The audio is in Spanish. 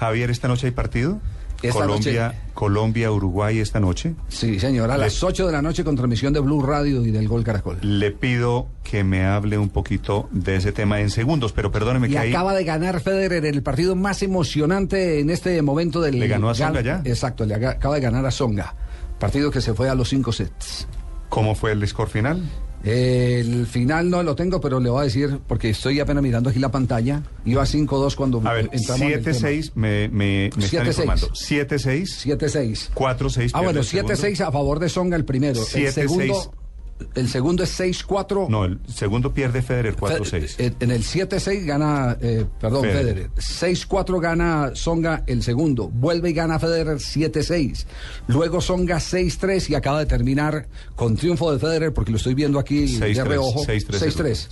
Javier, ¿esta noche hay partido? Esta Colombia, noche. Colombia, Uruguay esta noche. Sí, señor, a las 8 de la noche con transmisión de Blue Radio y del Gol Caracol. Le pido que me hable un poquito de ese tema en segundos, pero perdóneme Y que ahí acaba de ganar Federer el partido más emocionante en este momento del... Le ganó a Tsonga ya. Gan- Exacto, le aga- acaba de ganar a Songa. Partido que se fue a los 5 sets. ¿cómo fue el score final? El final no lo tengo, pero le voy a decir, porque estoy apenas mirando aquí la pantalla. Iba 5-2 cuando A ver, entramos en el tema. 7-6 me, me, me están 7-6. informando. 7-6, 7-6. 4-6. Ah, pierde bueno, el segundo. 7-6 a favor de Songa el primero. el 7-6. segundo... El segundo es 6-4. No, el segundo pierde Federer 4-6. Fe- eh, En el 7-6 gana, eh, perdón, Federer. Federer. 6-4 gana Songa el segundo. Vuelve y gana Federer 7-6. Luego Songa 6-3 y acaba de terminar con triunfo de Federer, porque lo estoy viendo aquí de 6-3, reojo. 6-3. 6-3.